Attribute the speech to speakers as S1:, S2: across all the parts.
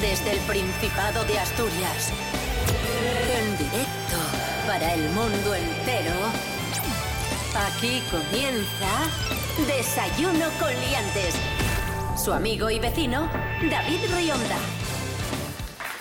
S1: Desde el Principado de Asturias. En directo para el mundo entero. Aquí comienza Desayuno con Liantes. Su amigo y vecino, David Rionda.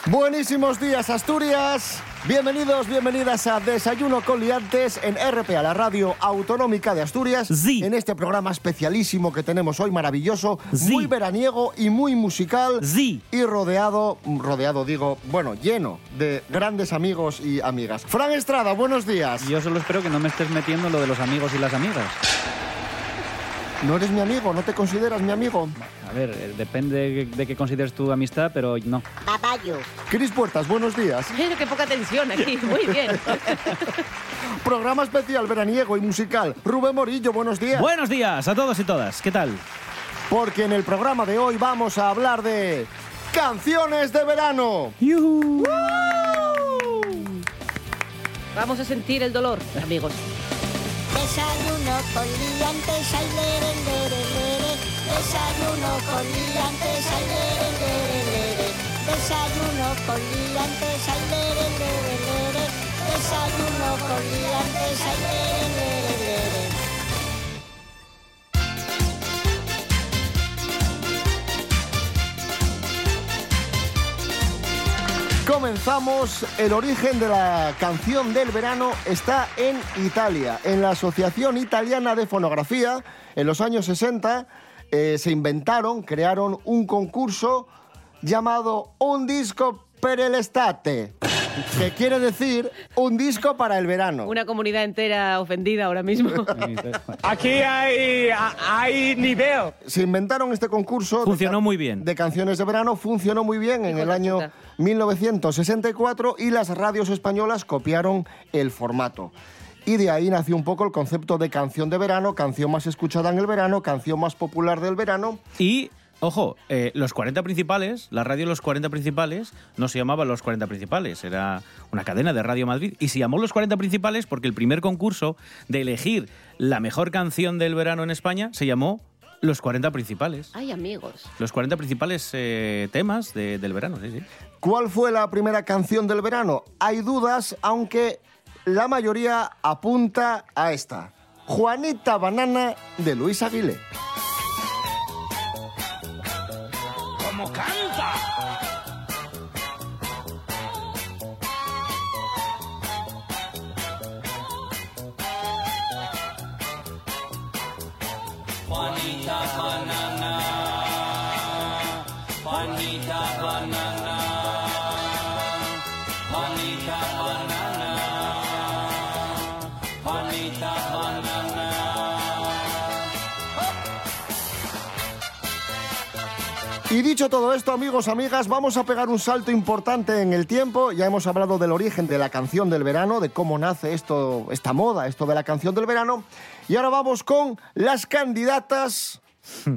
S2: Buenísimos días, Asturias. Bienvenidos, bienvenidas a Desayuno con Liantes en RPA, la radio autonómica de Asturias.
S3: Sí.
S2: En este programa especialísimo que tenemos hoy, maravilloso,
S3: Sí.
S2: muy veraniego y muy musical.
S3: Sí.
S2: Y rodeado, rodeado digo, bueno, lleno de grandes amigos y amigas. Fran Estrada, buenos días.
S4: Yo solo espero que no me estés metiendo lo de los amigos y las amigas.
S2: No eres mi amigo, no te consideras mi amigo.
S4: A ver, eh, depende de qué consideres tu amistad, pero no.
S5: Babayo.
S2: Cris Puertas, buenos días.
S6: Mira, qué poca tensión aquí. Muy bien.
S2: Programa especial veraniego y musical. Rubén Morillo, buenos días.
S3: Buenos días a todos y todas, ¿qué tal?
S2: Porque en el programa de hoy vamos a hablar de canciones de verano.
S6: Vamos a sentir el dolor, amigos.
S5: Desayuno con liantes, ay, lere, lere, lere. Desayuno con liantes, ay, lere, lere, lere. Desayuno con liantes, ay, lere, lere, lere. Desayuno con liantes, ay, lere, lere, lere.
S2: Comenzamos. El origen de la canción del verano está en Italia. En la Asociación Italiana de Fonografía, en los años 60, eh, se inventaron, crearon un concurso llamado Un disco per el estate, que quiere decir un disco para el verano.
S6: Una comunidad entera ofendida ahora mismo.
S7: Aquí hay, a- hay nivel.
S2: se inventaron este concurso. de
S3: Funcionó
S2: ca-
S3: muy bien.
S2: De canciones de verano, funcionó muy bien en
S6: Hijo
S2: el
S6: de
S2: año
S6: puta.
S2: 1964 y las radios españolas copiaron el formato. Y de ahí nació un poco el concepto de canción de verano, canción más escuchada en el verano, canción más popular del verano.
S3: Y, ojo, eh, los 40 principales, la radio Los 40 principales, no se llamaba Los 40 principales, era una cadena de Radio Madrid. Y se llamó Los 40 principales porque el primer concurso de elegir la mejor canción del verano en España se llamó Los 40 principales.
S6: Ay, amigos.
S3: Los 40 principales eh, temas de- del verano, sí, sí.
S2: ¿Cuál fue la primera canción del verano? Hay dudas, aunque la mayoría apunta a esta. Juanita Banana de Luis Aguilé.
S7: ¿Cómo canta?
S2: Y dicho todo esto, amigos, amigas, vamos a pegar un salto importante en el tiempo. Ya hemos hablado del origen de la canción del verano, de cómo nace esto, esta moda, esto de la canción del verano. Y ahora vamos con las candidatas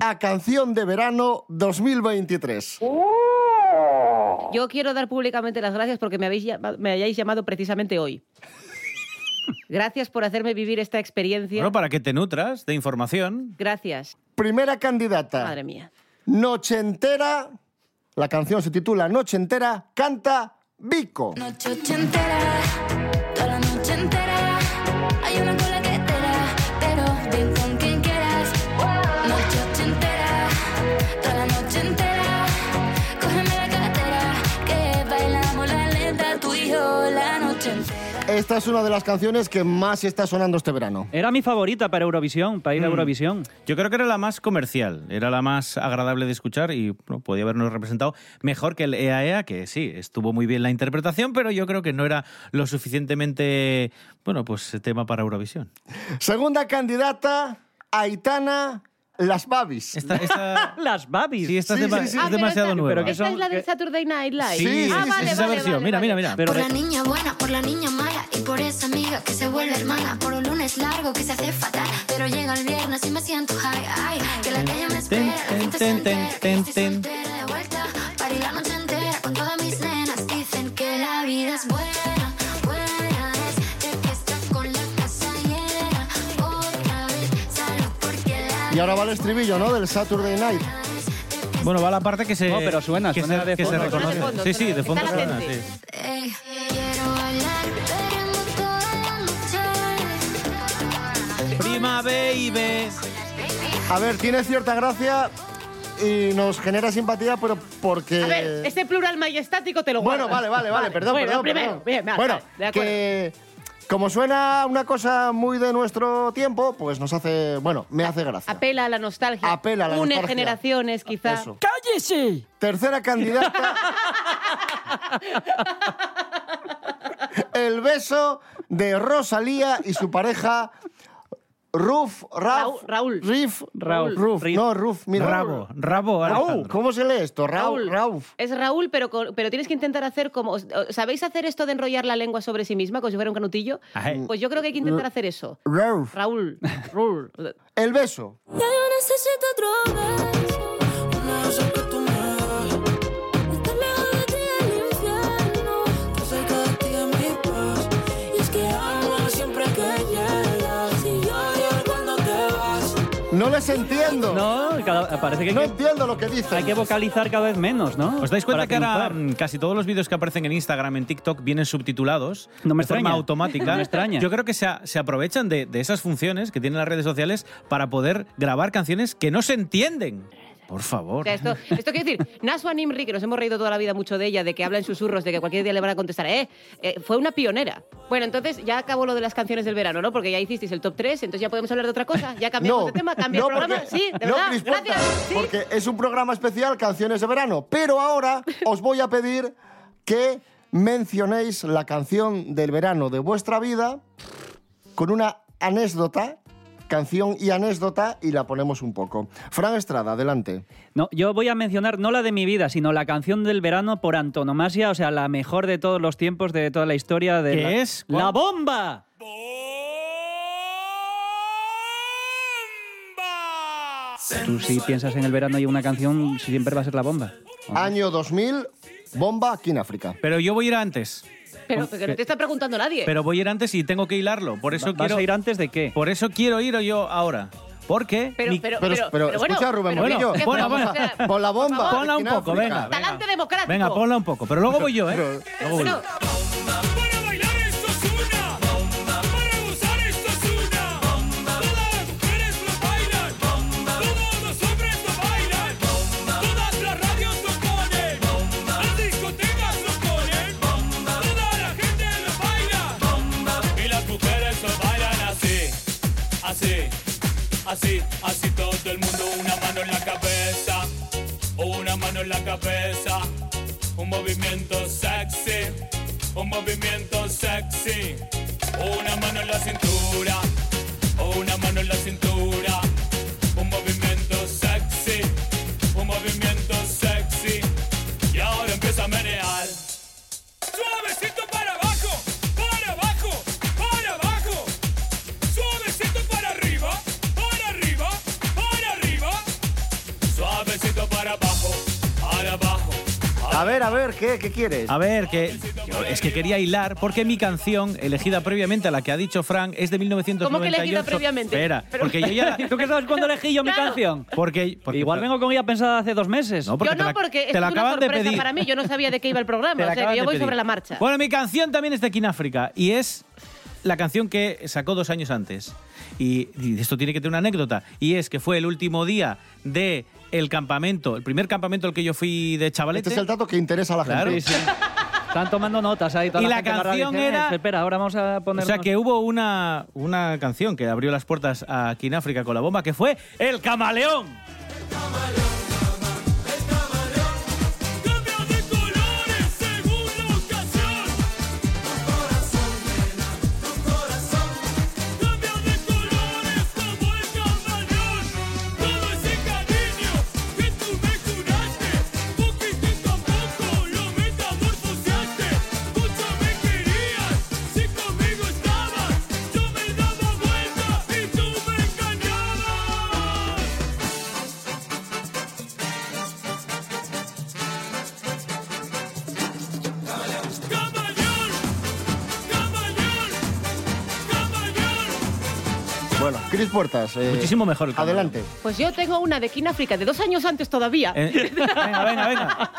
S2: a canción de verano 2023.
S6: Yo quiero dar públicamente las gracias porque me, habéis llama- me hayáis llamado precisamente hoy. Gracias por hacerme vivir esta experiencia.
S3: Bueno, para que te nutras de información.
S6: Gracias.
S2: Primera candidata,
S6: Madre mía.
S2: Noche entera. La canción se titula Noche entera, canta Vico.
S8: Noche ochentera, toda la noche entera. Hay una cola que te da, pero ven con quien quieras. Noche ochentera, toda la noche entera. Cógeme la cartera, que bailamos la lenta, tú y yo la noche entera.
S2: Esta es una de las canciones que más está sonando este verano.
S4: Era mi favorita para Eurovisión, para ir
S3: Mm.
S4: a Eurovisión.
S3: Yo creo que era la más comercial, era la más agradable de escuchar y bueno, podía habernos representado mejor que el E EAEA, que sí, estuvo muy bien la interpretación, pero yo creo que no era lo suficientemente, bueno, pues tema para Eurovisión.
S2: Segunda candidata, Aitana Las Babis.
S3: Esta, esta-
S4: Las babis.
S3: sí, esta
S2: Sí,
S3: es, dema-
S2: sí, sí.
S3: es
S2: Ah, pero
S3: demasiado
S6: esta-
S3: nueva.
S4: pero que
S6: Esta
S4: son-
S6: es la del
S4: que-
S6: Saturday Night Live.
S3: Sí,
S2: Sí,
S3: es-
S6: ah,
S2: sí,
S6: vale,
S3: es esa
S6: vale,
S3: versión.
S6: vale,
S3: mira,
S6: vale.
S3: mira, mira.
S4: Pero
S8: Por la
S4: re-
S8: niña buena, por la niña mala y por esa amiga que se vuelve hermana. Por un lunes largo que se hace fatal, pero llega el viernes y me siento high. Ay, que la calle me espera, la gente se
S3: Ten, ten,
S8: entera, que
S3: ten,
S8: estoy
S3: ten,
S8: soltera de vuelta. Para la noche entera con todas mis nenas. Dicen que la vida es buena, buena es. De fiesta con la casa llena. Otra vez salgo porque la
S2: Y ahora va el estribillo, ¿no? Del Saturday Night.
S3: Bueno, va la parte que se.
S4: No, pero suena,
S3: que
S4: suena
S3: se,
S4: de
S3: que se
S4: fondo,
S6: suena de
S3: reconoce.
S6: fondo,
S3: sí,
S6: suena
S3: sí, de
S6: de-
S3: fondo
S6: está
S3: suena,
S6: latente.
S3: sí.
S8: Ey, Quiero bailar, perreando toda la noche.
S3: Prima baby.
S2: A ver, tiene cierta gracia y nos genera simpatía, pero porque...
S6: A ver, este plural majestático te lo
S2: Bueno, vale, vale,
S6: guardas.
S2: vale, perdón,
S6: bueno,
S2: perdón,
S6: primero,
S2: perdón.
S6: bien, vale,
S2: bueno,
S6: vale, de acuerdo.
S2: que como suena una cosa muy de nuestro tiempo, pues nos hace, bueno, me hace gracia.
S6: Apela a la nostalgia.
S2: Apela a la
S6: Une
S2: nostalgia.
S6: generaciones, quizá.
S2: Eso. Tercera candidata. El beso de Rosalía y su pareja Ruf, Raf,
S6: Raúl- Raúl.
S2: Rif,
S4: Raúl.
S2: Ruf,
S4: Rif.
S2: no, Ruf, mira.
S3: Rabo, Oh, rabo.
S2: Raúl,
S3: Alejandro.
S2: ¿cómo se lee esto? Raúl,
S6: Raúl.
S2: Raúl.
S6: Es Raúl, pero, con- pero tienes que intentar hacer como... ¿Sabéis hacer esto de enrollar la lengua sobre sí misma, como si fuera un canutillo?
S3: Ajé.
S6: Pues yo creo que hay que intentar hacer eso.
S2: Raúl.
S6: Raúl, Raúl.
S2: El beso.
S8: Ya yo necesito otro beso.
S9: No sé que tú me
S8: Estar lejos de ti es el infierno.
S9: Tú cerca de ti es mi paz Y es que amo siempre que llegas Y yo lloro cuando te vas
S2: No les entiendo. No,
S4: No, cada- parece que hay, que
S2: entiendo lo que dicen.
S4: hay que vocalizar cada vez menos, ¿no?
S3: ¿Os dais cuenta
S4: Para
S3: que ahora
S4: triunfar.
S3: mm, casi todos los vídeos que aparecen en Instagram, en TikTok, vienen subtitulados
S4: No me
S3: de forma
S4: extraña.
S3: automática?
S4: No me extraña.
S3: Yo creo que se, a- se aprovechan de, de esas funciones que tienen las redes sociales para poder grabar canciones que no se entienden. Por
S6: O
S3: favor.
S6: sea, esto, esto quiere decir, Nasua Nimri, que nos hemos reído toda la vida mucho de ella, de que habla en susurros, de que cualquier día le van a contestar, eh, eh, fue una pionera. Bueno, entonces ya acabó lo de las canciones del verano, ¿no? Porque ya hicisteis el top 3, entonces ya podemos hablar de otra cosa, ya cambiamos de este tema, cambia
S2: no,
S6: el programa,
S2: porque-
S6: sí, de
S2: no,
S6: verdad,
S2: Cris Puerta,
S6: gracias. sí.
S2: Porque es un programa especial, canciones de verano. Pero ahora os voy a pedir que mencionéis la canción del verano de vuestra vida con una anécdota, canción y anécdota, y la ponemos un poco. Fran Estrada, adelante.
S4: No, yo voy a mencionar no la de mi vida, sino la canción del verano por antonomasia, o sea, la mejor de todos los tiempos, de toda la historia. De
S3: ¿Qué
S4: la-
S3: es?
S4: ¡La bomba! Tú si piensas en el verano y una canción, siempre va a ser la bomba.
S2: Año 2000, bomba aquí en África.
S3: Pero yo voy a ir antes.
S6: Pero, pero no te está preguntando nadie.
S3: Pero voy a ir antes y tengo que hilarlo. Por eso
S4: ¿Vas
S3: quiero
S4: a ir antes de qué?
S3: por eso quiero ir yo ahora. Porque
S6: pero,
S3: mi-
S6: pero,
S2: Pero,
S6: pero-
S2: pero
S6: pero bueno,
S2: escucha, Rubén
S6: pero-
S2: Morillo,
S6: ¿qué
S3: bueno,
S6: podemos
S3: bueno.
S6: hacer?
S2: Por la bomba.
S3: Ponla un
S2: aquí en
S3: poco,
S2: África.
S3: venga.
S6: Talante democrático.
S3: venga, ponla un poco, pero luego voy yo, ¿eh?
S2: Pero-
S3: Luego voy
S6: Bueno,
S3: yo.
S9: Para bailar esto es una Para gozar esto es una Todas las mujeres lo bailan Todos los hombres lo bailan Todas las radios lo ponen Las discotecas lo ponen Toda la gente lo baila Y las mujeres lo bailan así Así Así, así todo el mundo Una mano en la cabeza Una mano en la cabeza Un movimiento sexy Un movimiento sexy Una mano en la cintura Una mano en la cintura Un movimiento sexy Un movimiento sexy Y ahora empieza a menear Suavecito para abajo Para abajo Para abajo Suavecito para arriba, para arriba, para arriba. Suavecito para abajo, para abajo.
S2: A ver, a ver, ¿qué, qué quieres?
S3: A ver, que yo es que quería hilar porque mi canción, elegida previamente a la que ha dicho Frank, es de 1998.
S6: ¿Cómo que elegida previamente?
S3: Espera,
S6: Pero-
S3: porque yo ya...
S4: ¿Tú qué sabes cuándo elegí yo mi
S6: Claro.
S4: canción?
S3: Porque, porque-
S4: Igual vengo con ella pensada hace dos meses.
S3: No, porque
S6: yo
S3: te
S6: no,
S3: la-
S6: porque
S3: te
S6: esto
S3: la
S6: es una
S3: acaban de
S6: sorpresa
S3: pedir.
S6: para mí. Yo no sabía de qué iba el programa.
S3: Te la
S6: o sea,
S3: acaban
S6: que yo
S3: de
S6: voy
S3: pedir.
S6: sobre la marcha.
S3: Bueno, mi canción también es de aquí en África y es la canción que sacó dos años antes. Y, y esto tiene que tener una anécdota. Y es que fue el último día de el campamento, el primer campamento al que yo fui de chavalete.
S2: Este es el dato que interesa a la
S3: Claro.
S2: gente.
S4: Están tomando notas ahí. toda
S3: Y la
S4: gente en radio
S3: canción
S4: dice, "Eh,
S3: era-
S4: Espera, ahora vamos a
S3: O
S4: poner.
S3: sea que hubo una, una canción que abrió las puertas aquí en África con la bomba que fue El Camaleón.
S9: Cambia de colores según la ocasión. Tu corazón, nena, tu corazón. Cambia de colores como el camaleón. Todo ese cariño que tú me curaste, poquitito a poco lo metamorfoseaste. Mucho me querías, si conmigo estabas, yo me daba vuelta y tú me engañabas.
S2: Bueno, Cris Puertas. eh,
S3: Muchísimo mejor el cambio.
S2: Adelante.
S6: Pues yo tengo una de King África de dos años antes todavía.
S3: Eh, venga, venga, venga.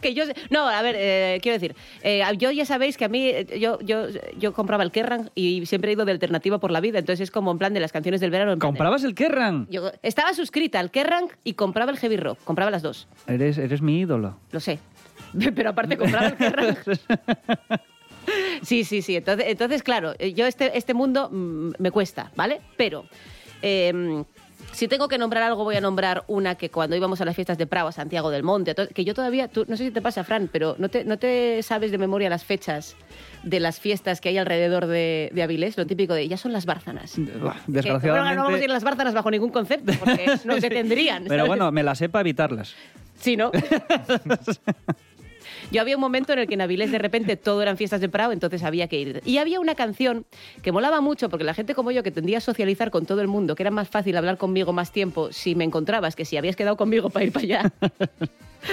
S6: que yo no a ver eh, quiero decir eh, yo ya sabéis que a mí eh, yo yo yo compraba el Kerrang y siempre he ido de alternativa por la vida entonces es como en plan de las canciones del verano en plan de-
S4: ¿Comprabas el Kerrang?
S6: yo estaba suscrita al Kerrang y compraba el heavy rock compraba las dos
S4: Eres, eres mi ídolo.
S6: lo sé pero aparte compraba el Kerrang Sí, sí, sí. Entonces, entonces claro, eh, yo este, este mundo mm, me cuesta, ¿vale? Pero eh, si tengo que nombrar algo, voy a nombrar una que cuando íbamos a las fiestas de Prado, a Santiago del Monte, to- que yo todavía, tú- no sé si te pasa, Fran, pero no te, no te sabes de memoria las fechas de las fiestas que hay alrededor de, de Avilés, lo típico de ya son las bárzanas. Que,
S4: Buah,
S6: bueno, no vamos a
S4: Mm, Desgraciadamente.
S6: ir a las bárzanas bajo ningún concepto, porque nos detendrían.
S4: Pero
S6: ¿sabes?
S4: bueno, me la sé para evitarlas.
S6: Sí, ¿no? Yo había un momento en el que en Avilés de repente todo eran fiestas de Prado, entonces había que ir. Y había una canción que molaba mucho, porque la gente como yo que tendía a socializar con todo el mundo, que era más fácil hablar conmigo más tiempo si me encontrabas que si habías quedado conmigo para ir para allá.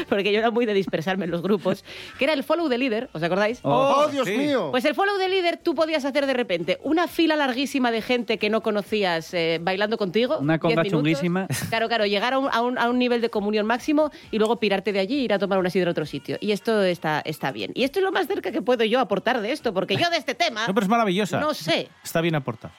S6: Porque yo era muy de dispersarme en los grupos, que era el follow the líder, ¿os acordáis?
S2: ¡Oh,
S3: Oh,
S2: Dios
S3: sí.
S2: mío!
S6: Pues el follow the líder tú podías hacer de repente una fila larguísima de gente que no conocías eh, bailando contigo.
S4: Una conga
S6: 10 minutos.
S4: chunguísima.
S6: Claro, claro, llegar a un, a un- a un nivel de comunión máximo y luego pirarte de allí e ir a tomar una sidra a otro sitio. Y esto está, está bien. Y esto es lo más cerca que puedo yo aportar de esto, porque yo de este tema
S3: No, pero es maravillosa.
S6: no sé.
S3: Está bien aportada.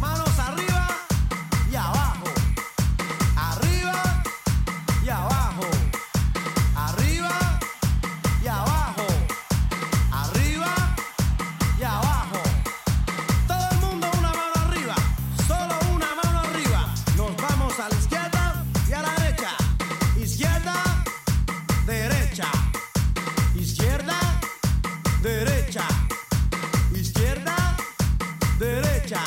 S9: Manos arriba y abajo. Arriba y abajo. Arriba y abajo. Arriba y abajo. Todo el mundo una mano arriba. Solo una mano arriba. Nos vamos a la izquierda y a la derecha. Izquierda, derecha. Izquierda, derecha. Izquierda, derecha.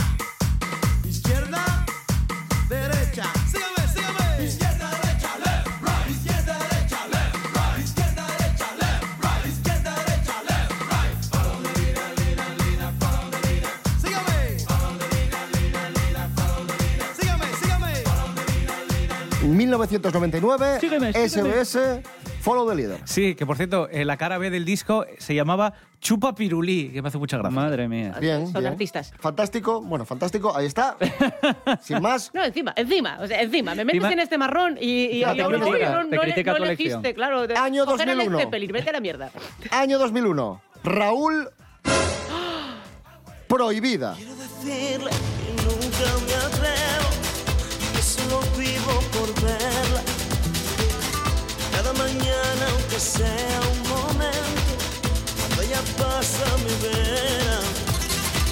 S9: Izquierda, derecha. Sígame, sígame. Izquierda, derecha, left, right. Izquierda, derecha, left, right. Izquierda, derecha, left, right. Izquierda, derecha, left, right. Follow the leader, leader, leader. Follow the leader. Sígame. Follow the leader, leader, leader. Follow the leader. Sígame, sígame.
S2: 1999,
S4: Sígueme, sígueme.
S2: SBS, Follow the Leader.
S3: Sí, que por cierto, eh, la cara B del disco se llamaba Chupa Pirulí, que me hace mucha gracia.
S4: Oh, Madre mía.
S2: Bien,
S6: Son
S2: bien.
S6: artistas.
S2: Fantástico, bueno, fantástico, ahí está. Sin más,
S6: No, encima, encima, o sea, encima. Me metes
S4: Encima-
S6: en este marrón y, y-
S4: Ya,
S6: y
S4: te
S6: no, no,
S4: critica,
S6: no,
S4: te
S6: no le-
S4: critica
S6: no
S4: tu
S6: elegiste,
S4: elección.
S6: claro. de-
S2: Año
S6: coger el
S2: 2001.
S6: Zeppelin, vete a la mierda.
S2: año 2001, Raúl Prohibida.
S9: decirle que nunca me atrevo que solo vivo por verla cada mañana aunque sea un momento cuando ella pasa mi vera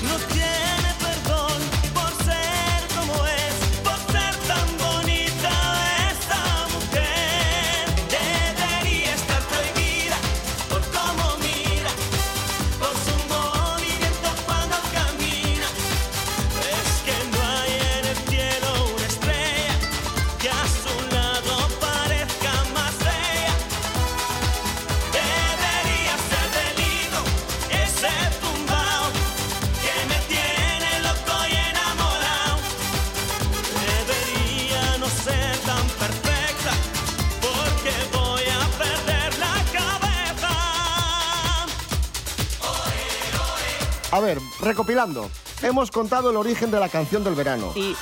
S9: no tiene perdón por ser como es por ser tan bonita esta mujer debería estar prohibida por cómo mira por su movimiento cuando camina es que no hay en el cielo una estrella que a su lado parezca más bella. Debería ser delito ese tumbao que me tiene loco y enamorado. Debería no ser tan perfecta porque voy a perder la cabeza.
S2: A ver, recopilando. Hemos contado el origen de la canción del verano.
S6: Y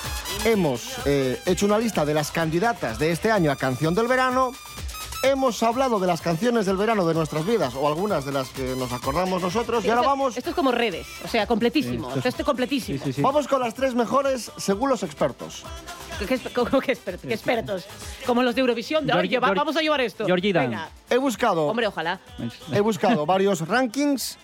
S2: Hemos eh, hecho una lista de las candidatas de este año a canción del verano. Hemos hablado de las canciones del verano de nuestras vidas o algunas de las que nos acordamos nosotros. y ahora
S6: esto,
S2: vamos,
S6: esto es como redes, o sea, completísimo. Esto es completísimo.
S2: vamos con las tres mejores según los expertos.
S6: ¿Qué, esper- cómo que esper- qué expertos? Como los de Eurovisión. de,
S4: Georgi-
S6: "Oye, va-
S4: Georgi-
S6: vamos a llevar esto.
S4: Georgie Dan.
S6: Venga.
S2: He buscado,
S6: Hombre, ojalá.
S4: Eh,
S2: he buscado varios rankings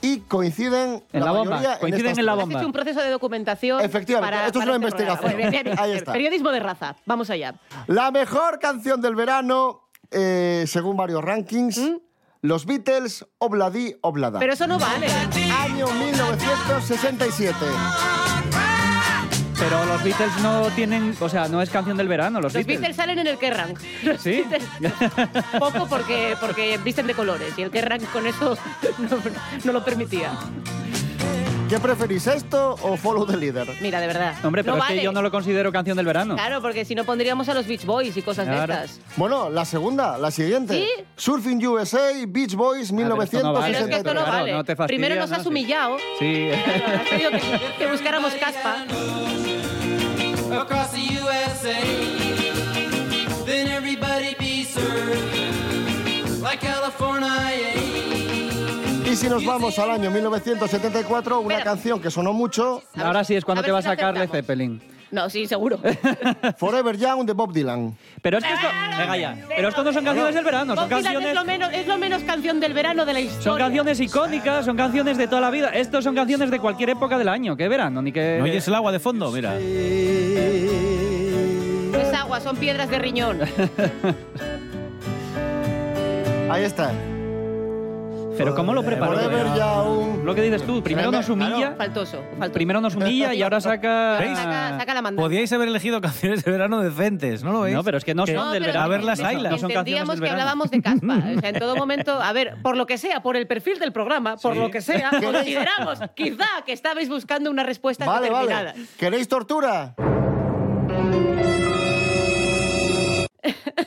S2: y coinciden
S4: En la bomba,
S2: mayoría
S4: coinciden
S2: estas
S4: en la
S2: tres.
S6: Has
S4: Bomba.
S6: hecho un proceso de documentación.
S2: Efectivamente,
S6: para-
S2: esto es
S6: para
S2: una
S6: este
S2: investigación.
S6: programa. Bueno, bien, bien,
S2: Ahí
S6: bien.
S2: está.
S6: Periodismo de raza. Vamos allá.
S2: La mejor canción del verano, eh, según varios rankings,
S4: ¿Mm?
S2: los Beatles, Obladi Oblada.
S6: Pero eso no vale.
S2: Año 1967.
S4: Pero los Beatles no tienen. O sea, no es canción del verano, los,
S6: Los Beatles salen en el Kerrang. Los
S4: Sí.
S6: Beatles- poco porque, porque visten de colores y el Kerrang con eso no, no lo permitía.
S2: Que ¿Qué preferís, esto o Follow the Leader?
S6: Mira, de verdad.
S4: Hombre, pero es que
S6: vale.
S4: yo no lo considero canción del verano.
S6: Claro, porque si no pondríamos a los Beach Boys y cosas
S4: Claro.
S6: de estas.
S2: Bueno, la segunda, la siguiente.
S6: ¿Sí?
S2: Surfing USA, Beach Boys,
S4: pero esto no vale.
S6: Pero es que esto no
S2: 1963.
S4: Claro,
S6: vale.
S4: no te fastidia,
S6: Primero nos
S4: ¿no?
S6: has
S4: Sí.
S6: humillado.
S4: Sí.
S6: Claro, has pedido que, que buscáramos caspa.
S9: across the USA. Then everybody be served like California.
S2: Y si nos vamos al año 1974, una
S6: Espera.
S2: canción que sonó mucho,
S4: Ahora sí es cuando
S6: a ver
S4: te va a
S6: si lo
S4: sacar Led
S6: aceptamos.
S4: Zeppelin.
S6: No, sí, seguro.
S2: Forever Young de Bob Dylan.
S4: Pero es que esto. Venga ya. Pero esto no son canciones del verano, son
S6: Bob Dylan es
S4: canciones.
S6: lo, menos, es lo menos canción del verano de la historia.
S4: Son canciones icónicas, son canciones de toda la vida. Estos son canciones de cualquier época del año, que verano, ni que.
S3: ¿No oyes el agua de fondo? Mira.
S6: No es agua, son piedras de riñón.
S2: Ahí está.
S4: Pero ¿cómo lo preparó?
S2: Forever
S4: eh?
S2: Young.
S4: Lo que dices tú, primero nos humilla,
S6: Faltoso. faltoso.
S4: primero nos humilla y ahora saca.
S3: ¿Veis?
S6: Saca, saca la mandada.
S3: Podíais haber elegido canciones de verano decentes, ¿no lo veis?
S4: No, pero es que no son del
S6: pero
S4: verano.
S3: A ver las
S4: no son-
S3: islas.
S4: No son canciones
S6: Entendíamos
S4: del
S6: que
S4: verano.
S6: hablábamos de caspa. O sea, en todo momento, a ver, por lo que sea, por el perfil del programa, por lo que sea, consideramos quizá que estabais buscando una respuesta
S2: Vale,
S6: determinada.
S2: vale. ¿Queréis tortura?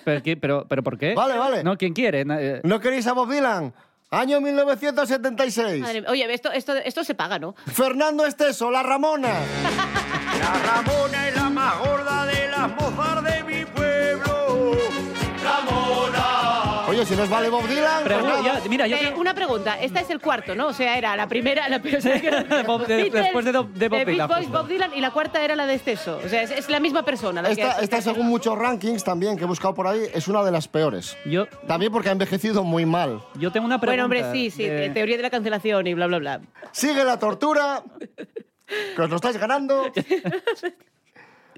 S4: Pero, ¿qué- pero, pero ¿por qué?
S2: Vale, vale.
S4: No, ¿quién quiere? Na- eh,
S2: ¿No queréis a Bob Dylan? Año 1976.
S6: Madre mía. Oye, esto, esto, esto se paga, ¿no?
S2: Fernando Esteso, La Ramona.
S7: La Ramona es la más gorda de las mozas de mi pueblo. Ramona.
S2: Oye, si no os vale Bob Dylan, pues
S4: pregunta-
S2: nada.
S4: ya, mira, yo
S6: Eh,
S4: creo-
S6: una pregunta, esta es el cuarto, ¿no? O sea, era la primera, la
S4: Bob- de- después de Bob- de Bob Dylan,
S6: Boys,
S4: justo.
S6: Bob Dylan y la cuarta era la de exceso. O sea, es, es la misma persona. La
S2: Esta,
S6: que,
S2: esta, según muchos rankings también que he buscado por ahí, es una de las peores.
S4: yo,
S2: También porque ha envejecido muy mal.
S4: yo tengo una
S6: Bueno,
S4: pregunta.
S6: hombre, sí, sí,
S4: de-
S6: teoría de la cancelación y bla, bla, bla.
S2: Sigue la tortura, que os lo estáis ganando.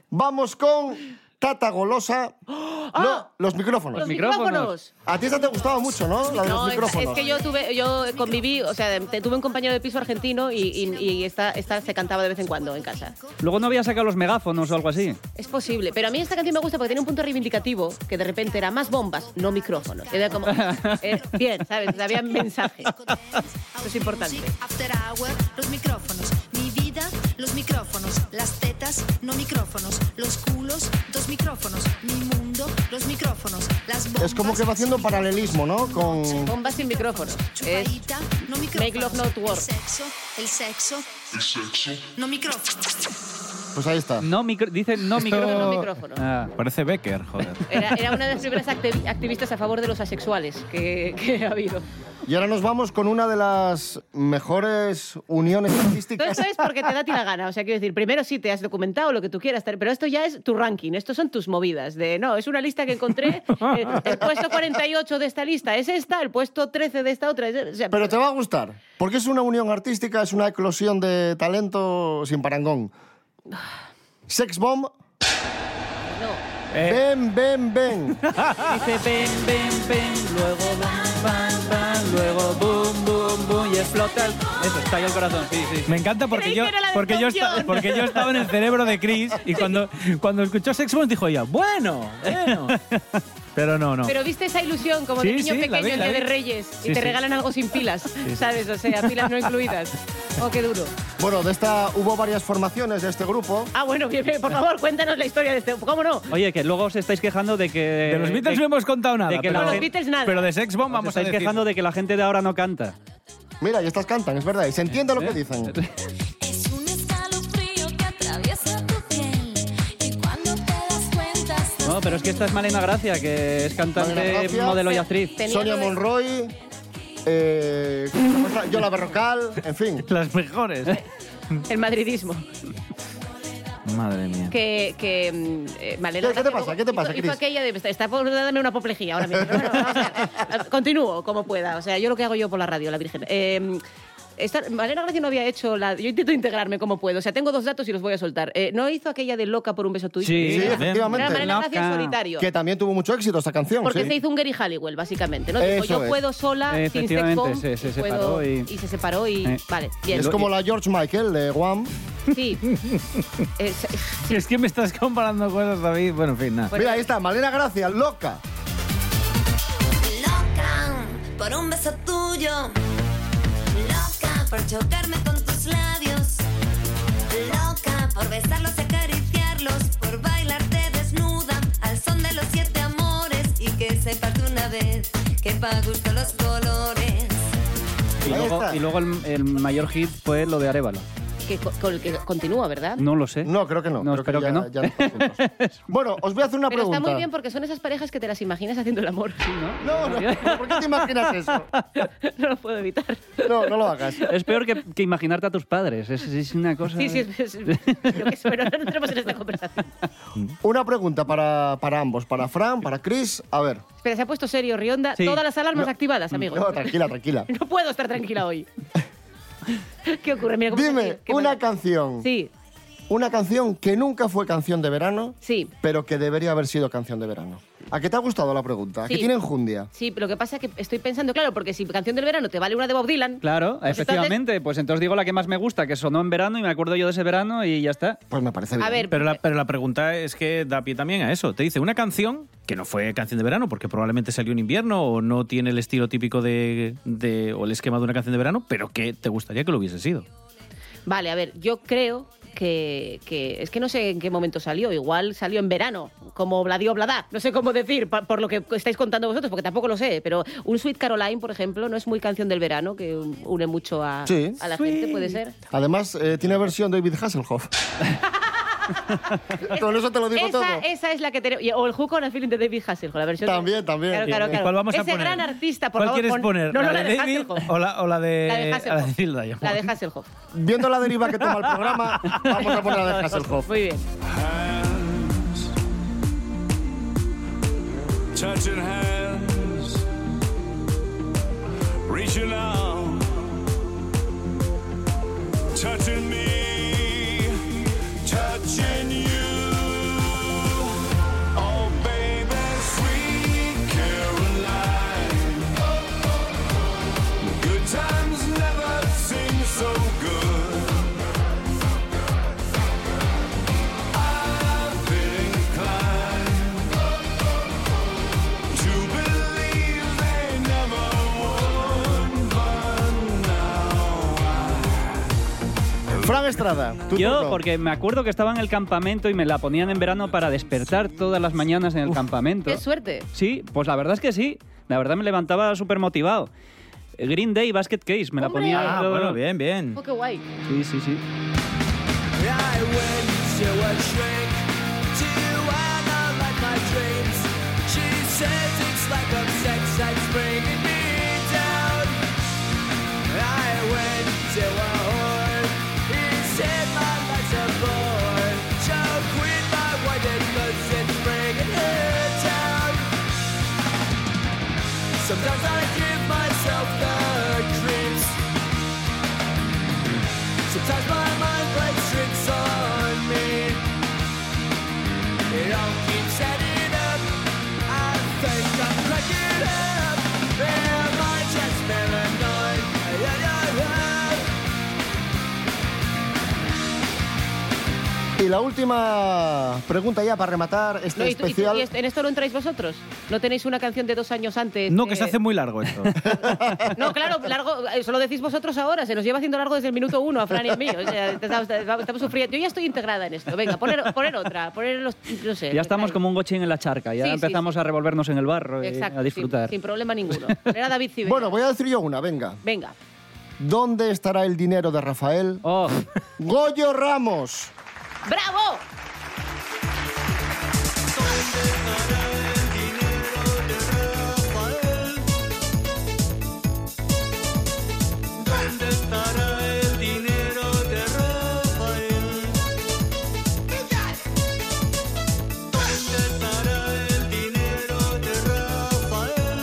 S2: Vamos con Tata Golosa. No, los micrófonos.
S6: ¡Ah!
S4: micrófonos.
S6: Los micrófonos.
S2: A ti esta te gustaba mucho, ¿no? La de los
S6: No, es,
S2: micrófonos.
S6: es que yo tuve, yo conviví, o sea, te- tuve un compañero de piso argentino y, y, y esta, esta se cantaba de vez en cuando en casa.
S4: Luego no había sacado los megáfonos o algo así.
S6: Es posible, pero a mí esta canción me gusta porque tiene un punto reivindicativo que de repente era más bombas, no micrófonos. Y era como, eh, bien, ¿sabes? Había mensaje. Eso es importante.
S8: After hour, los micrófonos. Mi vida, los micrófonos. Las tetas, no micrófonos. Los culos, dos micrófonos. Mi mundo, los micrófonos. Las bombas.
S2: Es como que va haciendo paralelismo, ¿no? Con...
S6: Bombas sin micrófonos. Es
S8: Chupadita, no micrófonos.
S6: Make Love Not War.
S8: El sexo, el sexo. No micrófonos.
S2: Pues ahí está.
S4: No micro, dicen no micrófonos.
S6: no micrófono.
S4: Ah,
S3: Parece Becker, joder.
S6: Era, era una de las primeras acti- activistas a favor de los asexuales que, que ha habido.
S2: Y ahora nos vamos con una de las mejores uniones
S6: Todo
S2: artísticas.
S6: esto es porque te da a ti la gana. O sea, quiero decir, primero sí te has documentado lo que tú quieras, pero esto ya es tu ranking. Estos son tus movidas. De no, es una lista que encontré. eh, El puesto 48 de esta lista es esta, el puesto 13 de esta otra. es- o sea,
S2: Pero te va a gustar, porque es una unión artística, es una eclosión de talento sin parangón. Sex Bomb,
S6: no.
S4: Eh.
S2: ven, ven, ven.
S4: Dice pen, pen, pen, luego bam, bam, bam, luego boom, boom, boom y explota el... Eso, estalla el corazón, sí, sí. sí.
S3: Me encanta porque
S6: Creí
S3: yo,
S6: que era la de
S3: porque, yo
S6: Elton
S3: esta-
S6: John.
S3: porque yo estaba en el cerebro de Chris y cuando, cuando escuchó Sex Bomb dijo ella, bueno, bueno. Pero no, no.
S6: Pero viste esa ilusión como de
S3: Sí,
S6: niño
S3: sí, la
S6: pequeño
S3: vi,
S6: en
S3: la
S6: Día de
S3: vi.
S6: Reyes
S3: Sí,
S6: y te
S3: sí.
S6: regalan algo sin pilas, ¿sabes? O sea, pilas no incluidas. Oh, qué duro.
S2: Bueno, de esta hubo varias formaciones de este grupo.
S6: Ah, bueno, bien, bien, por favor, cuéntanos la historia de este. ¿Cómo no?
S4: Oye, que luego os estáis quejando de que...
S3: de los Beatles
S4: de-
S3: no hemos contado nada.
S4: de que
S3: pero,
S4: la- Con los
S6: Beatles nada.
S3: Pero de Sex Bomb
S4: os
S3: vamos a
S4: estáis
S3: decir.
S4: quejando de que la gente de ahora no canta.
S2: Mira, y estas cantan, es verdad, y se entiende
S4: Eh.
S2: lo que dicen.
S8: Es un escalofrío que atraviesa tu piel. Y cuando te das cuenta, estás
S4: No, pero es que esta es Malena Gracia, que
S2: Malena
S4: es cantante,
S2: Gracia.
S4: modelo y actriz.
S6: Tenía
S2: Sonia
S6: nueve-
S2: Monroy, eh, Yola Berrocal, en fin.
S3: Las mejores.
S6: El madridismo.
S3: Madre mía.
S6: Que, que mm, eh, Malena
S2: ¿Qué- qué te
S6: Gracia
S2: pasa? ¿Qué te
S6: hizo-
S2: pasa,
S6: hizo
S2: Cris?
S6: aquella de- está- Está por darme una apoplejía ahora mismo. Bueno, vamos a ver. Continúo como pueda. O sea, yo lo que hago yo por la radio, la Virgen. Eh, esta- Malena Gracia no había hecho la... Yo intento integrarme como puedo. O sea, tengo dos datos y los voy a soltar. Eh, ¿No hizo aquella de loca por un beso tuyo?
S4: Sí,
S2: Sí,
S4: bien.
S6: Era
S2: efectivamente.
S6: Malena Gracia en
S4: Loca.
S6: solitario.
S2: Que también tuvo mucho éxito esta canción.
S6: Porque
S2: sí.
S6: se hizo un Gary Halliwell, básicamente. ¿no? Dijo,
S2: Eso
S6: yo
S2: es.
S6: puedo sola, sin
S4: Efectivamente,
S6: sex bomb,
S4: se- se
S6: puedo-
S4: separó y-
S6: se separó y...
S4: Eh.
S6: Vale, bien. Pues
S2: Es como la George Michael de Guam.
S6: Sí. Es-
S3: Es que me estás comparando cosas, David. Bueno, en fin, nada.
S2: Mira, ahí está, Malena Gracia, loca.
S8: Loca por un beso tuyo. Loca por chocarme con tus labios. por besarlos y acariciarlos, por bailarte desnuda al son de los siete amores y que sepas de una vez que pa' gusto los colores.
S4: Y
S2: Ahí
S4: luego,
S2: está.
S4: y luego el, el mayor hit fue lo de Arevalo.
S6: Que, co- con el que continúa, ¿verdad?
S4: No lo sé.
S2: No, creo que no.
S4: No,
S2: creo
S4: espero que
S2: ya-
S4: no.
S2: ya estamos juntos. bueno, os voy a hacer una
S6: Pero
S2: pregunta.
S6: está muy bien porque son esas parejas que te las imaginas haciendo el amor. ¿no?
S2: No, no, pero ¿por qué te imaginas eso?
S6: lo puedo evitar.
S2: No, no lo hagas.
S4: Es peor que, que imaginarte a tus padres. Es, es una cosa.
S6: Sí, sí, es, es- lo que es, pero no entremos en esta conversación.
S2: Una pregunta para, para ambos, para Fran, para Chris. A ver.
S6: Espera, se ha puesto serio, Rionda.
S4: Sí.
S6: Todas las alarmas activadas, amigos.
S2: No, tranquila, tranquila.
S6: No puedo estar tranquila hoy. ¿Qué ocurre? Mira, cómo-
S2: Dime
S6: qué- qué
S2: una
S6: mal-
S2: canción.
S6: Sí,
S2: Una canción que nunca fue canción de verano,
S6: sí.
S2: pero que debería haber sido canción de verano. ¿A qué te ha gustado la pregunta? ¿A qué
S6: Sí.
S2: tiene enjundia?
S6: Sí, pero lo que pasa es que estoy pensando, claro, porque si canción del verano te vale una de Bob Dylan.
S4: Claro,
S6: pues
S4: efectivamente. Pues entonces digo la que más me gusta, que sonó en verano y me acuerdo yo de ese verano y ya está.
S2: Pues me parece bien.
S6: entonces- a ver,
S3: Pero la, pero la pregunta es que da pie también a eso. Te dice una canción que no fue canción de verano porque probablemente salió en invierno o no tiene el estilo típico de, de- o el esquema de una canción de verano, pero que te gustaría que lo hubiese sido.
S6: vale, a ver, yo creo que, que- es que no sé en qué momento salió, igual salió en verano, como Bladio Bladá, no sé cómo decir, pa- por lo que estáis contando vosotros, porque tampoco lo sé, pero un Sweet Caroline, por ejemplo, no es muy canción del verano, que une mucho a,
S2: Sí.
S6: a la gente, puede ser.
S2: Además, eh, tiene versión David Hasselhoff. Con eso te lo digo
S6: Esa,
S2: todo.
S6: esa es la que tenemos. y- O el Hook on a Feeling de David Hasselhoff, la versión. de-
S2: También, también.
S6: Claro, claro,
S2: ¿Y
S6: claro.
S3: ¿Cuál vamos a
S6: Ese
S3: poner?
S6: gran artista, por
S3: ¿Cuál
S6: favor,
S3: quieres
S6: pon-
S3: poner?
S6: No, no, la,
S3: ¿La de David
S6: Hasselhoff.
S3: o la, o la de,
S6: La de
S3: a la de
S6: Hasselhoff.
S3: Neil Diamond?
S6: La de Hasselhoff.
S2: Viendo la deriva que toma el programa, vamos a poner a de Hasselhoff.
S6: Muy bien.
S9: hands, touching hands, reaching out, touching me, touching you. Oh, baby, sweet Caroline. Good times never seem so good.
S2: Fran Estrada, tu
S4: Yo,
S2: turno.
S4: porque me acuerdo que estaba en el campamento y me la ponían en verano para despertar todas las mañanas en el campamento.
S6: Qué suerte.
S4: Sí, pues la verdad es que sí. La verdad me levantaba súper motivado. Green Day Basket Case, me la
S6: ¡Hombre!
S4: ponía.
S3: Ah,
S4: lo-
S3: bueno, bien, bien.
S6: Oh, qué guay.
S4: Sí, sí, sí.
S9: I went to a shrink to analyze my dreams. She says it's like a sex that's bringing me down. I went to a whore. He said my life's a bore. So quit my white and boots, it's bringing her down. Sometimes I give myself the creeps. Sometimes my mind plays tricks on me. It all keeps adding up. I think I'm cracking up. Am I just paranoid? Yeah, yeah, yeah.
S2: Y la última pregunta ya para rematar este
S6: No, ¿y tú- y tú-
S2: especial.
S6: y esto- ¿En esto lo entráis vosotros? ¿No tenéis una canción de dos años antes?
S3: No, que
S6: eh,
S3: se hace muy largo esto.
S6: No, claro, largo, eh, eso lo decís vosotros ahora. Se nos lleva haciendo largo desde el minuto uno a Fran y a mí. O sea, estamos, estamos sufriendo. Yo ya estoy integrada en esto. Venga, poner, poner otra. Poner los. No sé.
S4: Ya estamos como un gochín en la charca, ya
S6: Sí, sí,
S4: empezamos
S6: sí.
S4: a revolvernos en el barro y
S6: Exacto,
S4: a
S6: sin-
S4: disfrutar.
S6: Sin, problema ninguno. Era David Civera.
S2: Bueno, voy a decir yo una, venga.
S6: Venga.
S2: ¿Dónde estará el dinero de Rafael?
S4: Oh,
S2: Goyo Ramos.
S6: ¡Bravo!
S9: ¿Dónde estará el dinero de Rafael? ¿Dónde estará el dinero de Rafael?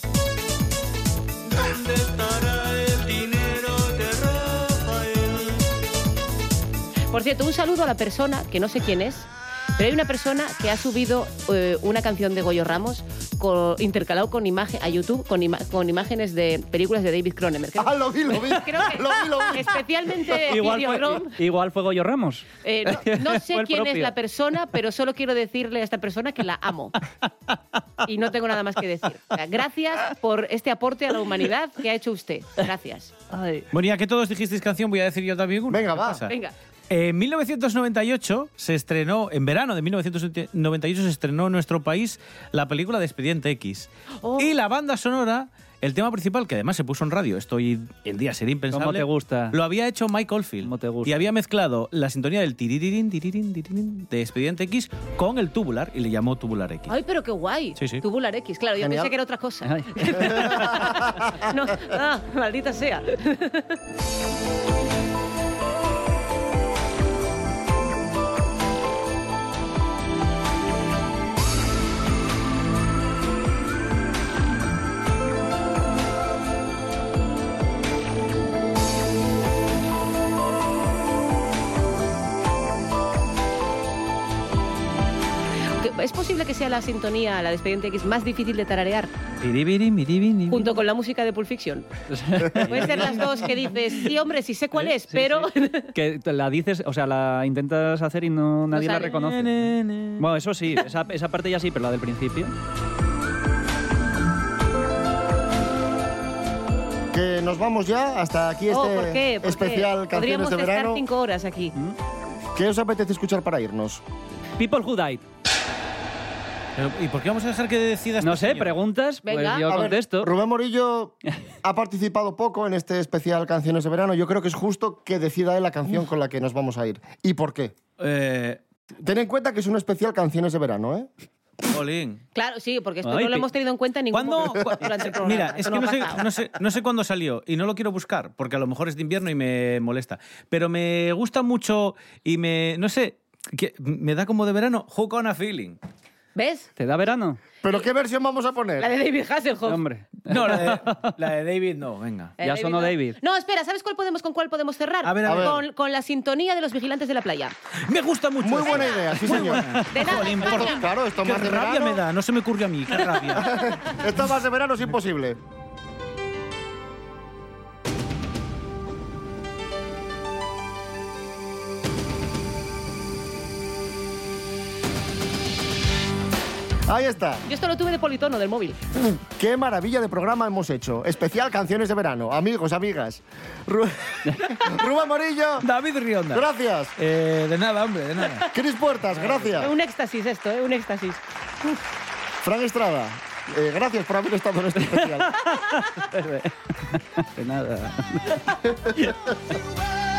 S9: ¿Dónde estará el dinero de Rafael?
S6: Por cierto, un saludo a la persona, que no sé quién es, Pero hay una persona que ha subido eh, una canción de Goyo Ramos co- intercalado con imagen a YouTube con, ima- con imágenes de películas de David Cronenberg. Creo-
S2: Ah, lo vi, lo vi.
S6: Creo que
S2: Lo vi, lo vi.
S6: especialmente
S4: Igual fue,
S6: Videodrome,
S4: igual fue Goyo Ramos.
S6: eh, no, no sé
S4: Fue el
S6: quién es
S4: propio.
S6: la persona, pero solo quiero decirle a esta persona que la amo. Y no tengo nada más que decir. O sea, Gracias por este aporte a la humanidad que ha hecho usted. Gracias.
S3: Bueno, ya que todos dijisteis canción, voy a decir yo también una.
S2: Venga,
S3: ¿Qué
S2: va.
S3: pasa? Eh,
S6: Venga.
S3: En 1998 se estrenó, en verano de 1998 se estrenó en nuestro país la película de Expediente X.
S6: Oh.
S3: Y la banda sonora, el tema principal, que además se puso en radio, esto hoy en día sería impensable.
S4: ¿Cómo te gusta?
S3: Lo había hecho Mike Oldfield.
S4: ¿Cómo te gusta?
S3: Y había mezclado la sintonía del tiriririn, tiririn, tiririn de Expediente X con el tubular y le llamó Tubular X.
S6: Ay, pero qué guay.
S3: Sí, sí.
S6: Tubular X, claro, yo
S2: Genial.
S6: pensé que era otra cosa.
S4: Ay.
S6: No, ah, maldita sea. ¿Es posible que sea la sintonía, la de Expediente X, más difícil de tararear?
S3: Tiribirin, miribin, miribin.
S6: Junto con la música de Pulp Fiction. Pueden ser las dos que dices, sí, hombre, sí sé cuál es, pero.
S4: Que te la dices, o sea, la intentas hacer y no, nadie la
S6: sale.
S4: reconoce. Bueno, eso sí, esa, esa parte ya sí, pero la del principio.
S2: Que nos vamos ya. Hasta aquí este
S6: Oh, ¿por qué? ¿Por qué?
S2: especial Canciones
S6: Podríamos
S2: de
S6: estar
S2: Verano.
S6: cinco horas aquí.
S2: ¿Qué os apetece escuchar para irnos?
S4: People Who Died.
S3: Pero, ¿Y por qué vamos a dejar que decidas?
S4: No
S3: este
S4: sé,
S3: señor?
S4: preguntas, pues
S6: Venga.
S4: yo
S2: A ver,
S4: contesto.
S2: Rubén Morillo ha participado poco en este especial Canciones de Verano. Yo creo que es justo que decida él la canción con la que nos vamos a ir. ¿Y por qué?
S3: Eh,
S2: Ten en cuenta que es un especial Canciones de Verano, ¿eh?
S3: Jolín.
S6: Claro, sí, porque esto
S4: Ay,
S6: no lo
S4: pi-
S6: hemos tenido en cuenta en ningún
S3: ¿Cuándo?
S6: momento durante el programa.
S3: Mira, es
S6: Esto
S3: que
S6: no
S3: no
S6: ha
S3: sé,
S6: pasado.
S3: no sé- no sé cuándo salió y no lo quiero buscar, porque a lo mejor es de invierno y me molesta. Pero me gusta mucho y me. No sé, que me da como de verano Hook on a Feeling.
S6: ¿Ves?
S4: ¿Te da verano?
S2: ¿Pero qué versión vamos a poner?
S6: La de David Hasselhoff.
S4: Hombre.
S3: No, la de, la de David no, venga.
S6: Eh,
S4: Ya sonó
S6: no.
S4: David.
S6: No, espera, ¿sabes cuál podemos, con cuál podemos cerrar?
S3: A ver, a
S2: ver.
S6: Con, con la sintonía de los vigilantes de la playa.
S3: Me gusta mucho.
S2: Muy buena idea, sí, señor.
S6: De nada,
S3: Jolín, por-
S6: España.
S2: Claro, esto
S3: Qué
S2: más de
S3: rabia
S2: verano.
S3: me da, no se me ocurrió a mí, qué rabia.
S2: Esto más de verano es imposible. Ahí está.
S6: Yo esto lo tuve de politono del móvil.
S2: Qué maravilla de programa hemos hecho. Especial canciones de verano. Amigos, amigas. Ru- Rubén Morillo.
S3: David Rionda.
S2: Gracias.
S3: Eh, de nada, hombre, de nada.
S2: Cris Puertas, gracias.
S6: Un éxtasis esto, ¿eh? Un éxtasis.
S2: Fran Estrada, eh, gracias por haber estado en este especial.
S4: De nada.
S9: Sin lugar